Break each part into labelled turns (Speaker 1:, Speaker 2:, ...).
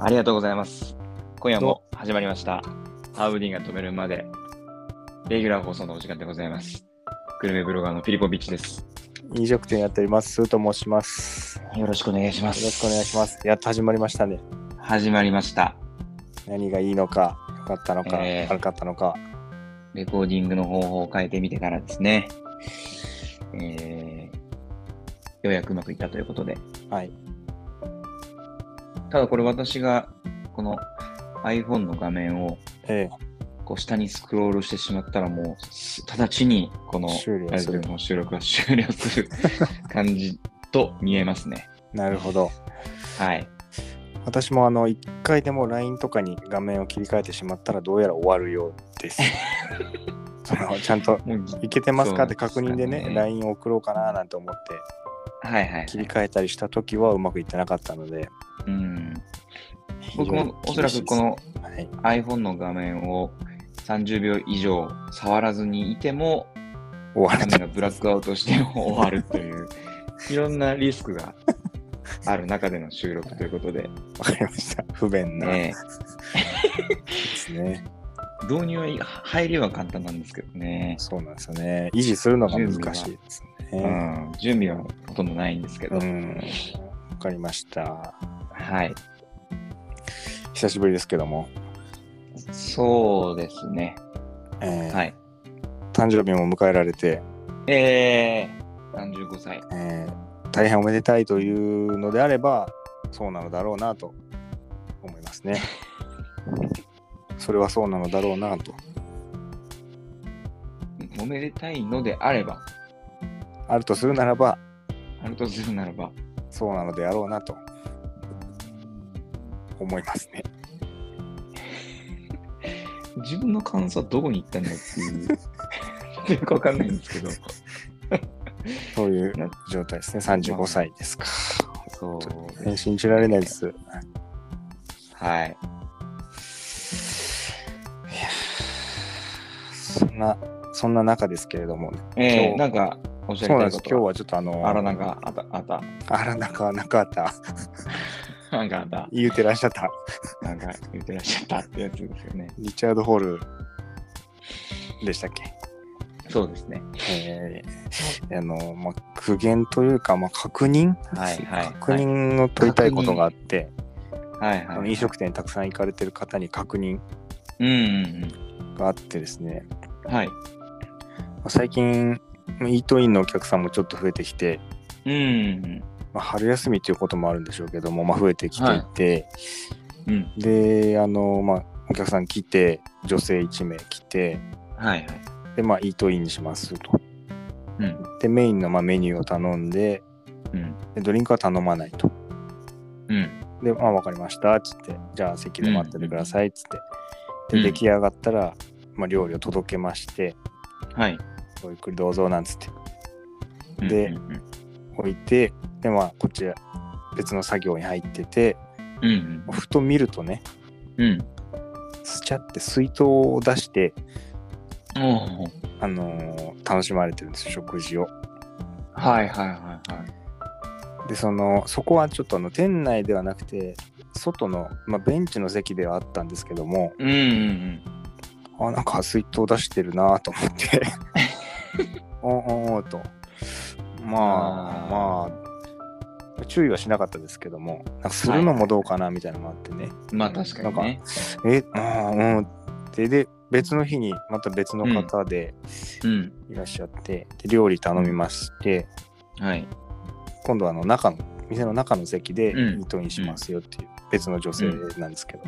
Speaker 1: ありがとうございます。今夜も始まりました。ハーブディーンが止めるまで、レギュラー放送のお時間でございます。グルメブロガーのフィリポビッチです。
Speaker 2: 飲食店やっております。スーと申します。よ
Speaker 1: よろしくお願いしま
Speaker 2: ろ
Speaker 1: す。
Speaker 2: しくお願いしま。す。やっと始まりましたね。
Speaker 1: 始まりました。
Speaker 2: 何がいいのか、良かったのか、
Speaker 1: えー
Speaker 2: 悪かったのか。
Speaker 1: レコーディングの方法を変えてみてからですね、えー、ようやくうまくいったということで、
Speaker 2: はい。
Speaker 1: ただこれ私がこの iPhone の画面を
Speaker 2: え
Speaker 1: こう下にスクロールしてしまったらもうす直ちにこの
Speaker 2: 終了
Speaker 1: ラ
Speaker 2: す
Speaker 1: ジ
Speaker 2: る
Speaker 1: オの収録が終了する感じと見えますね。
Speaker 2: えなるほど。
Speaker 1: はい。
Speaker 2: 私もあの、一回でも LINE とかに画面を切り替えてしまったら、どうやら終わるよう です。そのちゃんと、
Speaker 1: もうぎ
Speaker 2: いけてますかって確認で
Speaker 1: そうなんです
Speaker 2: ね、
Speaker 1: かね
Speaker 2: LINE を送ろうかななんて思って、
Speaker 1: はいはい。
Speaker 2: 切り替えたりした時はうまくいってなかったので、
Speaker 1: うん、僕もおそらくこの
Speaker 2: 非常に厳しいです、
Speaker 1: iPhone の画面を30秒以上触らずにいても
Speaker 2: はい、終
Speaker 1: 画
Speaker 2: わる
Speaker 1: 面がブラックアウトしても終わるといういろんなリスク がある中での収録ということで、
Speaker 2: わかりました。不便なで
Speaker 1: ね、
Speaker 2: すね。
Speaker 1: 導入は入りは簡単なんですけどね。
Speaker 2: そうなんですよね。維持するのが難しいですね。
Speaker 1: うん、準備はほとんどないんですけど、
Speaker 2: うん、わかりました。
Speaker 1: はい。
Speaker 2: 久しぶりですけども、
Speaker 1: そうですね。
Speaker 2: えー
Speaker 1: はい。
Speaker 2: 誕生日も迎えられて、
Speaker 1: えー、35歳。
Speaker 2: えー大変おめでたいというのであれば、そうなのだろうなと思います ね。それはそうなのだろうなと。
Speaker 1: おめでたいのであれば、
Speaker 2: あるとするならば、
Speaker 1: あるとするならば、
Speaker 2: そうなのであろうなと思いますね。
Speaker 1: 自分の感想はどこに行ったんだ っていう、よくわかんないんですけど、
Speaker 2: そういう
Speaker 1: な
Speaker 2: 状態ですね。35歳ですか。
Speaker 1: そう
Speaker 2: えー信じられないです。
Speaker 1: はい。
Speaker 2: そんな、そんな中ですけれども、
Speaker 1: えー、
Speaker 2: 今日
Speaker 1: なんか、おっしゃ
Speaker 2: そう
Speaker 1: り
Speaker 2: なん
Speaker 1: たい
Speaker 2: で
Speaker 1: こ
Speaker 2: す。今日
Speaker 1: とは
Speaker 2: はちょっとあの、
Speaker 1: あら、なんか、あった、あった、
Speaker 2: あらなかなかった。
Speaker 1: なんかあった、
Speaker 2: 言うてらっしゃった。
Speaker 1: なんか言ってらっしゃったってやつですよね。
Speaker 2: リチャード・ホールでしたっけ、
Speaker 1: そうですね。
Speaker 2: えーあの、まあ、苦言というか、まあ、確認、
Speaker 1: はいはいはい
Speaker 2: 確認を取りたいことがあって、
Speaker 1: はい
Speaker 2: あの
Speaker 1: はい。
Speaker 2: 飲食店にたくさん行かれてる方に確認
Speaker 1: うんうん
Speaker 2: があってですね、
Speaker 1: うん。はい。
Speaker 2: まあ最近、まあイートインのお客さんもちょっと増えてきて、
Speaker 1: うんうん
Speaker 2: まあ、春休みということもあるんでしょうけども、まあ、増えてきていて、
Speaker 1: うん。うん。
Speaker 2: で、あの、まあ、お客さん来て、女性1名来て、
Speaker 1: はいはい。
Speaker 2: で、まあ、イートインにしますと。
Speaker 1: うん
Speaker 2: で、メインのまあメニューを頼んで、
Speaker 1: うん
Speaker 2: でドリンクは頼まないと。
Speaker 1: うん。
Speaker 2: で、まあ、わかりました、っつって、じゃあ席で待っててください、っつって。
Speaker 1: うん
Speaker 2: で、出来上がったら、まあ、料理を届けまして、
Speaker 1: はい。
Speaker 2: ごゆっくりどうぞ、なんつってで
Speaker 1: うん
Speaker 2: 置いて、で、まあ、こっちら、別の作業に入ってて、
Speaker 1: うん
Speaker 2: ふと見るとね、
Speaker 1: うん。うん
Speaker 2: スチャって水筒を出して、
Speaker 1: うん。おー
Speaker 2: あのー楽しまれてるんですよ、食事を。
Speaker 1: はいはいはいはい。
Speaker 2: で、その、そこはちょっとあの、店内ではなくて、外の、まあ、ベンチの席ではあったんですけども、
Speaker 1: うんうん
Speaker 2: あ、なんか水筒出してるなぁと思 って。おんおんおんと。まあ、
Speaker 1: あ
Speaker 2: まあ、注意はしなかったですけども、なんかするのもどうかなみたいなのもあってね。
Speaker 1: うん。まあ確かにね。
Speaker 2: え、あーうんって。で、別の日にまた別の方で
Speaker 1: うん。
Speaker 2: いらっしゃって、で料理頼みまして、
Speaker 1: はい。
Speaker 2: 今度はあの中の、店の中の席でイ
Speaker 1: うん
Speaker 2: ートインしますよっていう、別の女性なんですけど、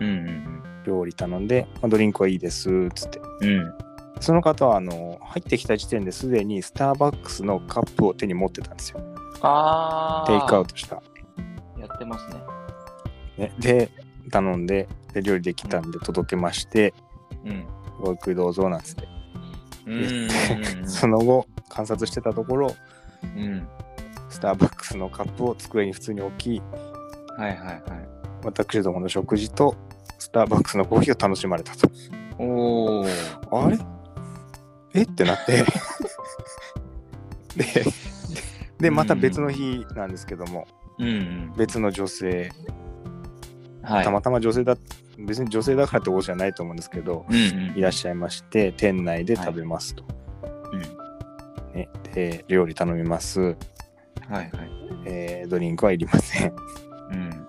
Speaker 1: うん
Speaker 2: 料理頼んで、まあドリンクはいいです、つって。
Speaker 1: うんうん。うん。
Speaker 2: その方はあの入ってきた時点ですでにスターバックスのカップを手に持ってたんですよ。
Speaker 1: ああ。
Speaker 2: テイクアウトした。
Speaker 1: ト。やってますね。
Speaker 2: ね、で、頼んでで、料理できたんで届けまして、
Speaker 1: うん。
Speaker 2: ごゆっくりどうぞなんつって。
Speaker 1: うんうんうん
Speaker 2: その後、観察してたところ、
Speaker 1: うん。
Speaker 2: スターバックスのカップを机に普通に置き、
Speaker 1: はいはいはい。
Speaker 2: 私どもの食事とスターバックスのコーヒーを楽しまれたと。
Speaker 1: おお。
Speaker 2: あれえってな って。で、で、また別の日なんですけども、
Speaker 1: うん
Speaker 2: 別の女性
Speaker 1: うん。はい。
Speaker 2: たまたま女性だ別に女性だからってことじゃないと思うんですけど
Speaker 1: うんうん
Speaker 2: いらっしゃいまして店内で食べますと、
Speaker 1: うん
Speaker 2: ね、で料理頼みます、
Speaker 1: はいはい。
Speaker 2: えードリンクはいりませ ん
Speaker 1: うん。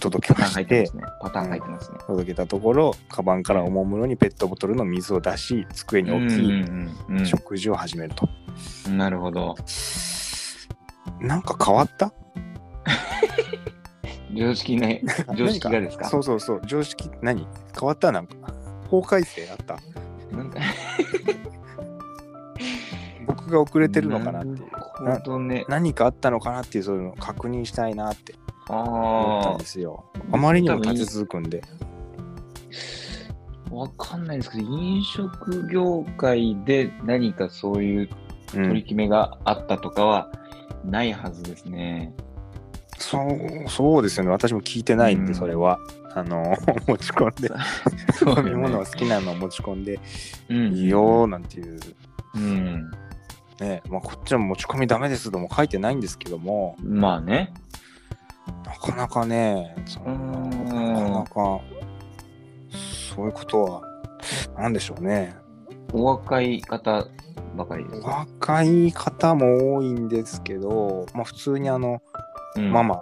Speaker 2: 届
Speaker 1: パ
Speaker 2: け
Speaker 1: タ
Speaker 2: ま
Speaker 1: ーン入
Speaker 2: し
Speaker 1: ってま
Speaker 2: て
Speaker 1: すね。パターン入ってますね。
Speaker 2: 届けたところカバンからおもむろにペットボトルの水を出し机に置き、
Speaker 1: うんうんうん
Speaker 2: 食事を始めると、
Speaker 1: うん。なるほど。
Speaker 2: なんか変わった
Speaker 1: 常識ね、常識がですか
Speaker 2: 何そうそうそう常識何変わったなんか法改正あった
Speaker 1: なんか
Speaker 2: 僕が遅れてるのかなっていう
Speaker 1: なるほどね。
Speaker 2: 何かあったのかなっていうそういうのを確認したいなって思った
Speaker 1: あ
Speaker 2: んですよあまりにも立ち続くんで
Speaker 1: あ、わかんないですけど、飲食業界で何かそういう
Speaker 2: う
Speaker 1: 取り
Speaker 2: ん、
Speaker 1: 決めがあったとかはないはずですね。
Speaker 2: そうそうですよね私も聞いてないんで、
Speaker 1: うん
Speaker 2: それはあの 持ち込んで
Speaker 1: そう
Speaker 2: 飲み物が好きなのを持ち込んで
Speaker 1: うん。
Speaker 2: いいよーなんていう
Speaker 1: うん。
Speaker 2: ねまあこっちは持ち込みダメですとも書いてないんですけども
Speaker 1: まあね。
Speaker 2: なかなかねそんな
Speaker 1: うーん
Speaker 2: なかなかそういうことは何でしょうね
Speaker 1: お若い方ばかりです。
Speaker 2: 若い方も多いんですけど、まあ、普通にあの、
Speaker 1: うん
Speaker 2: マ。マ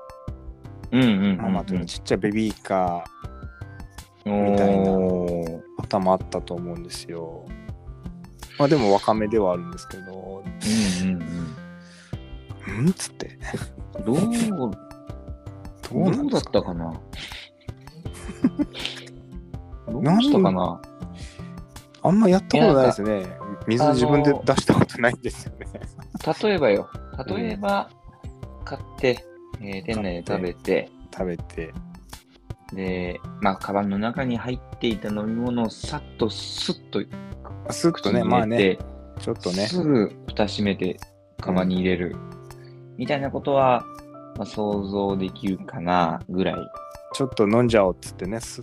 Speaker 1: うんうんうんうん。
Speaker 2: ママというかちっちゃいベビーカ
Speaker 1: み
Speaker 2: みたいな
Speaker 1: お
Speaker 2: ー方もあったと思うんですよまあでも若めではあるんですけど
Speaker 1: ーうんうん
Speaker 2: うんっつって
Speaker 1: うん。どう、
Speaker 2: どうな
Speaker 1: どう
Speaker 2: んで
Speaker 1: だっ
Speaker 2: すか
Speaker 1: たか などうしたかな
Speaker 2: あんまやったことないですね水
Speaker 1: あのー
Speaker 2: 自分で出したことないんですよね
Speaker 1: 例えばよ、例えば、買って、えー店内で食べて、
Speaker 2: 食べて
Speaker 1: で、まあ、カバンの中に入っていた飲み物をさっとスッと
Speaker 2: あスープ
Speaker 1: 口
Speaker 2: とね
Speaker 1: に
Speaker 2: まあ
Speaker 1: 入れ
Speaker 2: ね
Speaker 1: て、
Speaker 2: ちょっとね
Speaker 1: すぐ蓋閉めて、カバンに入れる、みたいなことは、まあ、想像できるかな、ぐらい。
Speaker 2: ちょっと飲んじゃおうっつってねす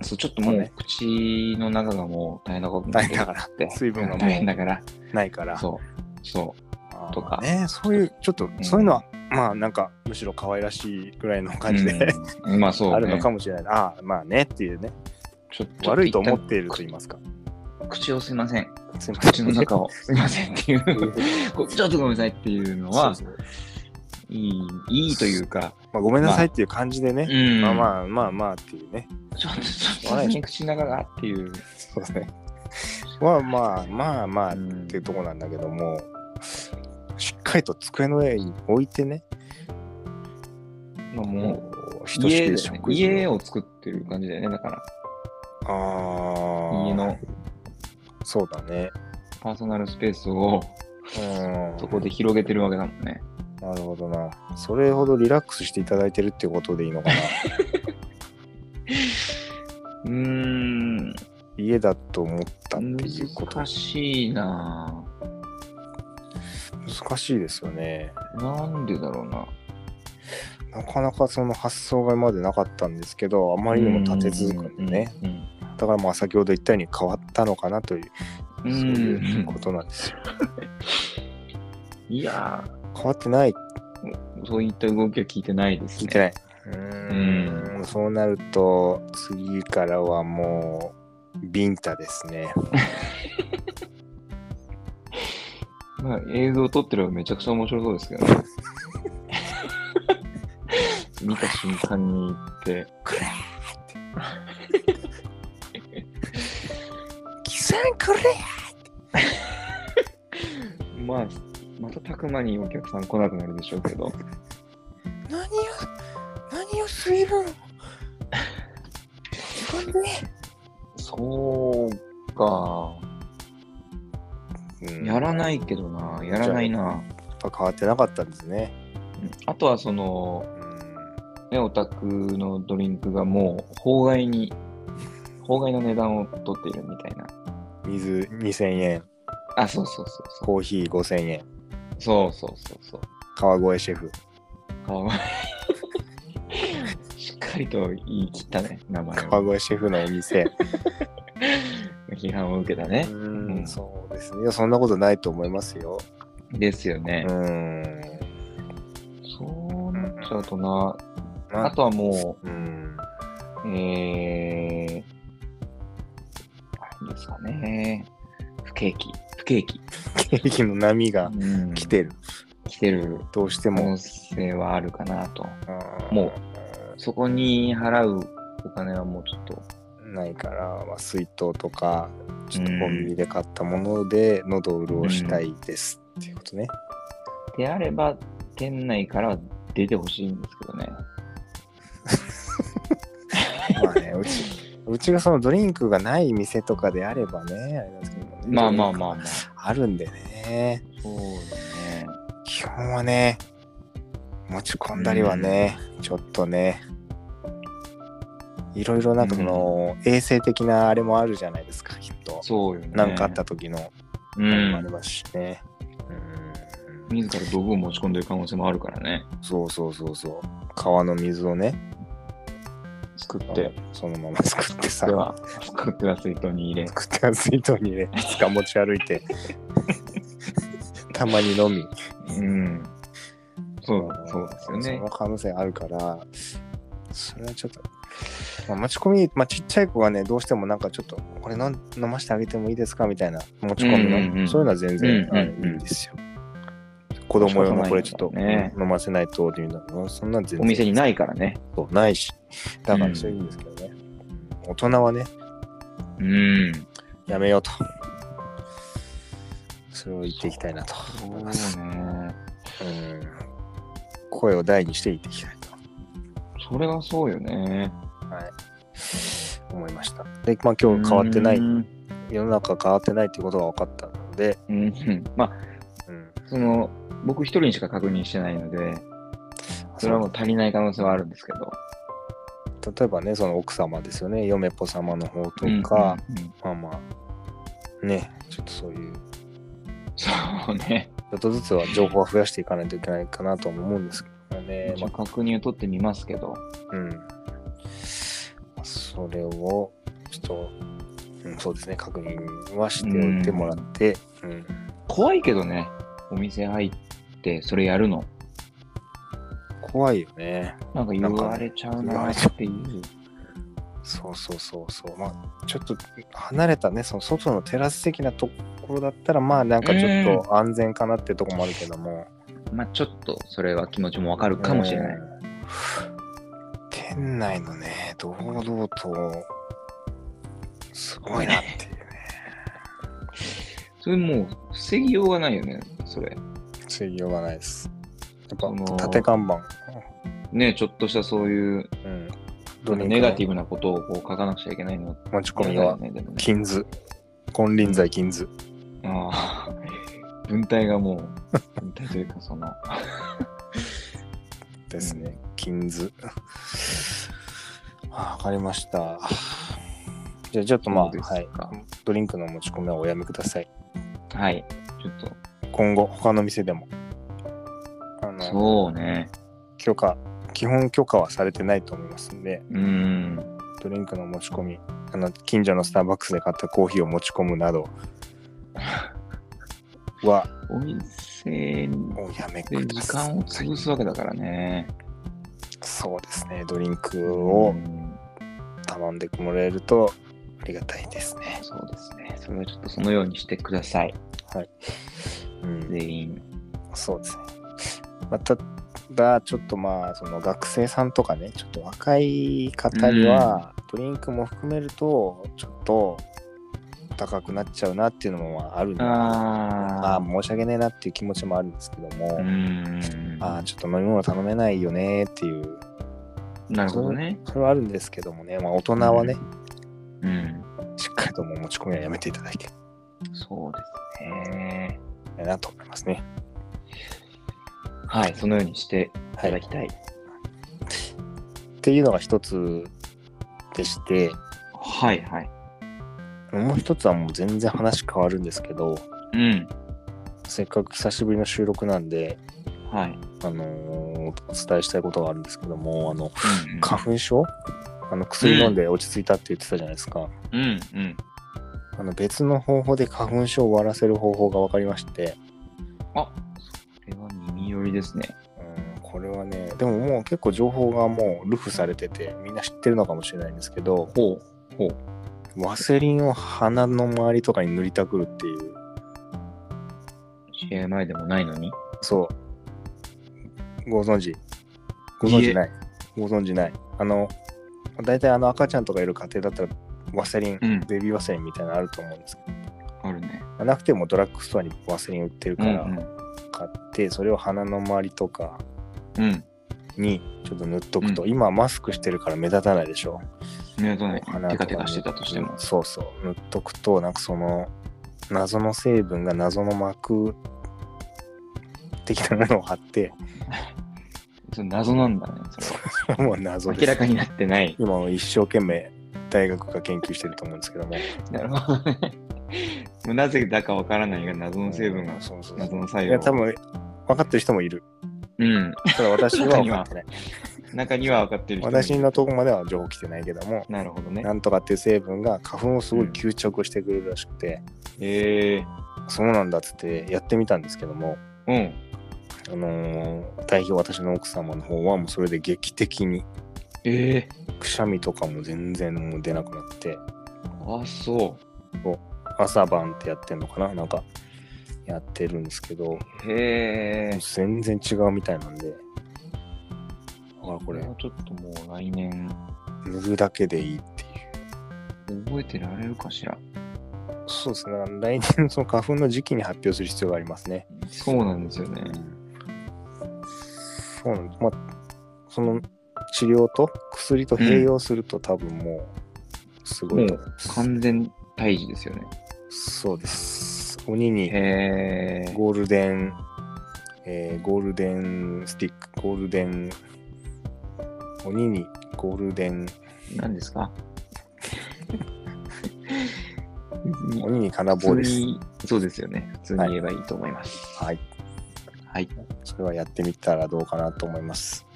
Speaker 1: そうちょっとも
Speaker 2: そう
Speaker 1: う
Speaker 2: ね
Speaker 1: 口の中がもう大変なことになってる
Speaker 2: 大変だから
Speaker 1: って
Speaker 2: 水分がもう
Speaker 1: 大変だから
Speaker 2: ないから
Speaker 1: そうそう
Speaker 2: あー
Speaker 1: とか
Speaker 2: ねそういうちょっと
Speaker 1: ん
Speaker 2: そういうのは、まあなんかむしろ可愛らしいぐらいの感じで、
Speaker 1: うんまあそう、ね、
Speaker 2: あるのかもしれないなああまあねっていうね
Speaker 1: ちょちょっ
Speaker 2: 悪いと思
Speaker 1: 一
Speaker 2: っていると言いますか
Speaker 1: 旦口をすいません
Speaker 2: すいません
Speaker 1: 口の中 をすいませんっていうこちょっとごめんなさいっていうのは
Speaker 2: そうそう
Speaker 1: いいいいというか、
Speaker 2: まあ、ごめんなさいっていう感じでね、
Speaker 1: うん
Speaker 2: まあまあまあまあっていうね
Speaker 1: あちょっとちょっとね口の中がっていう、
Speaker 2: そうですねはまあまあまあっ
Speaker 1: うん
Speaker 2: ていうところなんだけどもしっかりと机の上に置いてね
Speaker 1: まあ、も
Speaker 2: う
Speaker 1: う
Speaker 2: 等し
Speaker 1: 家
Speaker 2: く
Speaker 1: だよね
Speaker 2: 食事
Speaker 1: 家を作ってる感じだよねだから
Speaker 2: ああ
Speaker 1: 家の
Speaker 2: そうだね
Speaker 1: パーソナルスペースを
Speaker 2: うん
Speaker 1: そこで広げてるわけだもんね
Speaker 2: なるほどな。それほどリラックスしていただいてるっていうことでいい のかな。
Speaker 1: うーん
Speaker 2: 家だと思ったっていうこと
Speaker 1: 難。しいな
Speaker 2: 難しいですよね。
Speaker 1: ぁなんでだろうな
Speaker 2: なかなかその発想が今までなかったんですけど、あまりにも立て続くんでね。
Speaker 1: うん
Speaker 2: だからまあ先ほど言ったように変わったのかなという、
Speaker 1: うん
Speaker 2: そういう
Speaker 1: う
Speaker 2: こ
Speaker 1: ん
Speaker 2: となんですよ。
Speaker 1: いや
Speaker 2: 変わってない、
Speaker 1: ーそういった動きは聞いてないですね
Speaker 2: 聞いてない。う
Speaker 1: う
Speaker 2: ーん、そうなると次からはもうビンタですね。
Speaker 1: まあ、映像撮ってるのめちゃくちゃ面白そうですけどね。 見た瞬間に行って、
Speaker 2: くれーって。貴さんくれ
Speaker 1: まあ、またたくまにお客さん来なくなるでしょうけど、
Speaker 2: 何を何を水分を自分で、
Speaker 1: そうか、
Speaker 2: うん、
Speaker 1: やらないいけどな、やらないな。
Speaker 2: やっぱ変わってなかったんですね、
Speaker 1: うんあとはその、
Speaker 2: う
Speaker 1: ね、オタクのドリンクがもう、法外に、法外な値段を取っているみたいな。
Speaker 2: ん、水2000円
Speaker 1: あ、そうそうそうそう。
Speaker 2: コーヒー5000円
Speaker 1: そうそうそうそう。
Speaker 2: 川越シェフ
Speaker 1: かわい い。しっかりと言い切ったね、名前を。
Speaker 2: 川越シェフのお店
Speaker 1: 批判を受けたね
Speaker 2: う。んそうですねいやそんなことないと思いますよ
Speaker 1: ですよね
Speaker 2: う。ん
Speaker 1: そうなっちゃうとな、
Speaker 2: な
Speaker 1: あとはも
Speaker 2: うん。
Speaker 1: う、えー、なんですかね。不景気。不景気。
Speaker 2: 景気の波が
Speaker 1: うん
Speaker 2: 来。てる。
Speaker 1: 来てる
Speaker 2: どうして
Speaker 1: 可
Speaker 2: も。
Speaker 1: 能性はあるかなと。
Speaker 2: あー
Speaker 1: もそこに払うお金はもうちょっと。
Speaker 2: ないから、まあ、水筒とか、ちょっとコンビニで買ったもので、喉を潤したいです。っていうことね。
Speaker 1: であれば、店内からは出てほしいんですけどね。
Speaker 2: まあね、うち、 うちがそのドリンクがない店とかであればね、あれなんですけどね
Speaker 1: まあまあまあまあ。
Speaker 2: あるんでね。
Speaker 1: そうですね。
Speaker 2: 基本はね、持ち込んだりはね、ちょっとね、いろいろなんかその、衛生的なあれもあるじゃないですか、きっと。
Speaker 1: そうよね。
Speaker 2: なんかあった時の
Speaker 1: う
Speaker 2: あれもあり
Speaker 1: ん。
Speaker 2: ますしね。うん
Speaker 1: 自ら道具を持ち込んでる可能性もあるからね。
Speaker 2: そうそうそうそう。川の水をね、
Speaker 1: 作って、
Speaker 2: そのまま作ってさ
Speaker 1: で、は、作っては水筒に入れ。
Speaker 2: 作った水筒にね、いつか持ち歩いて、たまに飲み。
Speaker 1: うん。そうだ、そうですよ
Speaker 2: そ
Speaker 1: ね
Speaker 2: の。可能性あるから、それはちょっと、まあ持ち込み、まあ、ちっちゃい子はね、どうしてもなんかちょっと、これ飲ん飲ませてあげてもいいですかみたいな持ち込みの、
Speaker 1: うんうんうん
Speaker 2: そういうのは全然、
Speaker 1: うんうんうん
Speaker 2: あいいんですよ。子供用のこれちょっと
Speaker 1: 仕方ないからね
Speaker 2: 飲ませないとっていうのは、そんなん全然
Speaker 1: お店にないからね。
Speaker 2: そうないし、だからそれいいんですけどね。大人はね、
Speaker 1: うん。
Speaker 2: やめようと。 それを言っていきたいなと思います。
Speaker 1: ね。
Speaker 2: うん声を大にして言っていきたいと。
Speaker 1: それはそうよね。、
Speaker 2: はい。思いました。で、まあ今日変わってないう
Speaker 1: ん。
Speaker 2: 世の中変わってないっていうことが分かったので、
Speaker 1: うんまあ、
Speaker 2: うん。
Speaker 1: その、僕一人にしか確認してないので、それはもう足りない可能性はあるんですけど。
Speaker 2: 例えばね、その奥様ですよね、嫁子様の方とか、
Speaker 1: うん。うんうん
Speaker 2: まあまあ、ね、ちょっとそういう、ち
Speaker 1: そうね。
Speaker 2: ょっとずつは情報は増やしていかないといけないかなとも思うんですけどね、
Speaker 1: 一
Speaker 2: ま
Speaker 1: 応
Speaker 2: あ、
Speaker 1: 確認を取ってみますけど。
Speaker 2: うん。まあそれを、ちょっと、うん、そうですね、確認はしておいてもらって、うん。
Speaker 1: 怖いけどね。お店入って、それやるの。
Speaker 2: 怖いよね。
Speaker 1: なんか言われちゃうなーっていう。
Speaker 2: そうそうそうそう。まあ、ちょっと離れたね、その外のテラス的なところだったら、まあなんかちょっと安全かなってとこもあるけども。
Speaker 1: まあちょっとそれは気持ちもわかるかもしれない。
Speaker 2: うん。店内のね、堂々と、すごいなっていうね、
Speaker 1: それもう防ぎようがないよね、それ。
Speaker 2: 防ぎようがないです。や
Speaker 1: あ
Speaker 2: っ
Speaker 1: の
Speaker 2: ぱ
Speaker 1: ー
Speaker 2: 縦看板。
Speaker 1: ねちょっとしたそういう
Speaker 2: うん。
Speaker 1: ネガティ
Speaker 2: ブ
Speaker 1: ブなことをこう書かなくちゃいけないのって
Speaker 2: 持ち込み
Speaker 1: 嫌だよ
Speaker 2: は
Speaker 1: ね、でもね。
Speaker 2: 金図。金輪際金図。
Speaker 1: あ あ、文体がもう、文体というかその、
Speaker 2: ですね。金図。あわかりました。じゃあちょっとま
Speaker 1: どうで
Speaker 2: あ、
Speaker 1: すか
Speaker 2: はい。ドリンクの持ち込みはおやめください。
Speaker 1: はい、ちょっと、
Speaker 2: 今後、他の店でも。あの、
Speaker 1: そうね、
Speaker 2: 許可、基本許可はされてないと思いますんで、
Speaker 1: うん、
Speaker 2: ドリンクの持ち込み、あの、近所のスターバックスで買ったコーヒーを持ち込むなど は、
Speaker 1: お店
Speaker 2: おやめ
Speaker 1: で
Speaker 2: く
Speaker 1: 時
Speaker 2: ださい。
Speaker 1: 間を潰すわけだからね。
Speaker 2: そうですね。ドリンクを
Speaker 1: うん
Speaker 2: 頼んでもらえるとありがたいですね。
Speaker 1: そうですね、それはちょっとそのようにしてください、
Speaker 2: うん
Speaker 1: 全員。
Speaker 2: そうですね。まあただ、ちょっとまあ、その学生さんとかね、ちょっと若い方には、ドリンクも含めると、ちょっと高くなっちゃうなっていうのもあるんで、あ
Speaker 1: あ
Speaker 2: あ、申し訳ねえなっていう気持ちもあるんですけども、
Speaker 1: あ、うん、
Speaker 2: ああ、ちょっと飲み物頼めないよねっていう、
Speaker 1: なるほどね。
Speaker 2: それはあるんですけどもね、まあ、大人はね、
Speaker 1: うん、
Speaker 2: しっかりともう持ち込みはやめていただいて、
Speaker 1: そうですね。
Speaker 2: えなと思いますね。
Speaker 1: はい、そのようにしてい
Speaker 2: は
Speaker 1: ただ
Speaker 2: い。
Speaker 1: きたい。
Speaker 2: っていうのが一つでして、
Speaker 1: はい、はい。
Speaker 2: もう一つはもう全然話変わるんですけど、
Speaker 1: うん、
Speaker 2: せっかく久しぶりの収録なんで、
Speaker 1: はい。
Speaker 2: あのーお伝えしたいことがあるんですけども、あの、
Speaker 1: うん
Speaker 2: 花粉症あの、薬飲んで落ち着いたって言ってたじゃないですか。
Speaker 1: うん、うん。
Speaker 2: あの、別の方法で花粉症を終わらせる方法が分かりまして、
Speaker 1: あ、それは耳寄りですね。
Speaker 2: うん、ここれはね、でももう結構情報がもうルフされてて、みんな知ってるのかもしれないんですけど、
Speaker 1: ほう。ほう。
Speaker 2: ワセリンを鼻の周りとかに塗りたくるっていう、
Speaker 1: 試合前でもないのに。
Speaker 2: そう。ご存知ご存知ないご存知ない。あの、大体あの赤ちゃんとかいる家庭だったら、ワセリン、
Speaker 1: うん
Speaker 2: ベビーワセリンみたいなのあると思うんですけ
Speaker 1: あるね。
Speaker 2: ど、なくてもドラッグストアにワセリン売ってる
Speaker 1: う
Speaker 2: か
Speaker 1: ん
Speaker 2: ら、買って、それを鼻の周りとか
Speaker 1: うん。うん。
Speaker 2: にちょっと塗っとくと、
Speaker 1: う
Speaker 2: 今マスクしてるから目立たないでしょ。
Speaker 1: 目立たない
Speaker 2: お花
Speaker 1: テ
Speaker 2: とか
Speaker 1: カテカしてたとしても。
Speaker 2: そうそう塗っとくとなんかその謎の成分が謎の膜的なものを貼って
Speaker 1: それ謎なんだね。それは
Speaker 2: もう謎です
Speaker 1: 明らかになってない。
Speaker 2: 今も一生懸命大学が研究してると思うんですけども
Speaker 1: なるほどね。もうなぜだかわからないが謎の成分が
Speaker 2: そうそうそう
Speaker 1: 謎の作
Speaker 2: い
Speaker 1: 用
Speaker 2: や多分分かってる人もいる
Speaker 1: うん
Speaker 2: ただ私は分か ってない
Speaker 1: 中には分かってる人もいる
Speaker 2: 私のとこまでは情報来てないけども
Speaker 1: なるほどね
Speaker 2: なんとかっていう成分が花粉をすごい吸着してくれるらしくて、
Speaker 1: え
Speaker 2: そうなんだっつってやってみたんですけども
Speaker 1: ー、うん
Speaker 2: あのー代表私の奥様の方はもうそれで劇的に
Speaker 1: え
Speaker 2: くしゃみとかも全然もう出なくなって
Speaker 1: ー、あそ
Speaker 2: 朝晩ってやってんのかななんかやってるんですけど
Speaker 1: うへえ
Speaker 2: 全然違うみたいなんでだからこ
Speaker 1: これ
Speaker 2: れ
Speaker 1: はちょっともう来年
Speaker 2: 塗るだけでいいっていう
Speaker 1: 覚えてられるかしら
Speaker 2: そうですね来年その花粉の時期に発表する必要がありますね
Speaker 1: そうなんですよね
Speaker 2: そうなんですまあその治療と薬と併用すると多分もうすご
Speaker 1: も
Speaker 2: いと
Speaker 1: う
Speaker 2: 思います、
Speaker 1: 完全退治ですよね
Speaker 2: そうです鬼に
Speaker 1: へえ
Speaker 2: ゴールデン、えーゴールデンスティック、ゴールデン、鬼にゴールデン、
Speaker 1: 何ですか
Speaker 2: 鬼に金 棒
Speaker 1: 普
Speaker 2: で
Speaker 1: 通
Speaker 2: す。
Speaker 1: にそうですよね普通に言えばいいと思います
Speaker 2: はい。
Speaker 1: はい
Speaker 2: それはやってみたらどうかなと思います。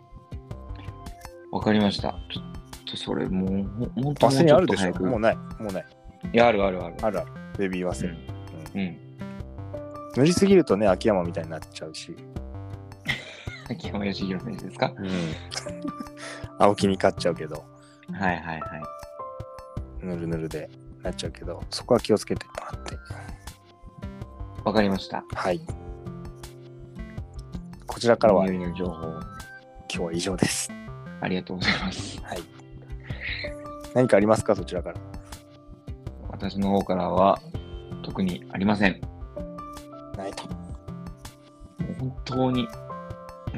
Speaker 1: わかりました。ちょっとそれもう、ほほんとも
Speaker 2: バ
Speaker 1: う
Speaker 2: ス
Speaker 1: ち
Speaker 2: にあ
Speaker 1: ょっ
Speaker 2: る
Speaker 1: と
Speaker 2: でし
Speaker 1: 早
Speaker 2: ょ
Speaker 1: く。
Speaker 2: もうない。もうない。
Speaker 1: いや、あるあるある。
Speaker 2: あるある。ベビーワセリン。
Speaker 1: うん。うん。
Speaker 2: 塗りすぎるとね、秋山みたいになっちゃうし、
Speaker 1: 秋山義弘選手ですか
Speaker 2: 青木に勝っちゃうけど、
Speaker 1: はいはいはい。
Speaker 2: ぬるぬるでなっちゃうけど、そこは気をつけてもらって。
Speaker 1: わかりました。
Speaker 2: はい。こちらからは
Speaker 1: 耳寄りの情報、
Speaker 2: 今日は以上です。
Speaker 1: ありがとうございます。
Speaker 2: はい。何かありますかそちらから。
Speaker 1: 私の方からは、特にありません。
Speaker 2: ないと。
Speaker 1: もう本当に、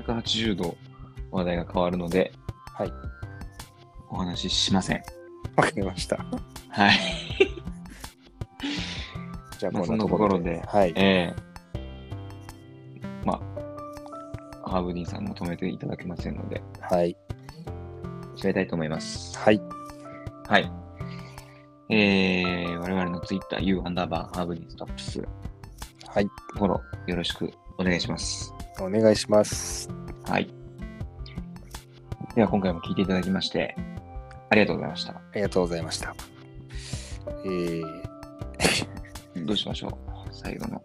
Speaker 1: 180度話題が変わるので、
Speaker 2: はい。
Speaker 1: お話ししません。
Speaker 2: わかりました。
Speaker 1: はい。
Speaker 2: じゃあ、
Speaker 1: まあ
Speaker 2: こんなところで。
Speaker 1: そんなと
Speaker 2: はい。
Speaker 1: ええまあ、ハーブディーンさんも止めていただけませんので、
Speaker 2: はい。
Speaker 1: 締めたいと思います。
Speaker 2: はい。
Speaker 1: はい。えー、我々の Twitter、U アンダーバー、ハーブにストップス、
Speaker 2: はい。
Speaker 1: フォローよろしくお願いします。
Speaker 2: お願いします。
Speaker 1: はい。では今回も聞いていただきまして、ありがとうございました。
Speaker 2: ありがとうございました。えー、
Speaker 1: どうしましょう最後の。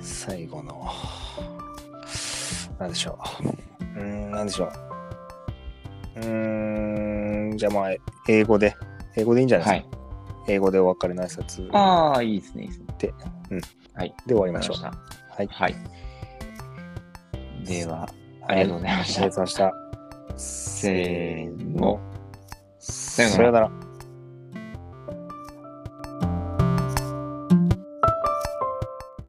Speaker 2: 最後の、なんでしょう。うーん、なんでしょう。うーん、じゃあまあ、英語で。英語でいいんじゃない
Speaker 1: は
Speaker 2: です
Speaker 1: い
Speaker 2: か。。英語でお別れの挨拶
Speaker 1: ああ、いいですね、いいですね。
Speaker 2: で終わ
Speaker 1: あ
Speaker 2: りましょう。
Speaker 1: た。
Speaker 2: はい。
Speaker 1: はい。では、ありがとうございまし
Speaker 2: ありが
Speaker 1: た。
Speaker 2: とうございました。
Speaker 1: せーの。
Speaker 2: さ
Speaker 1: ようなら
Speaker 2: ようなら。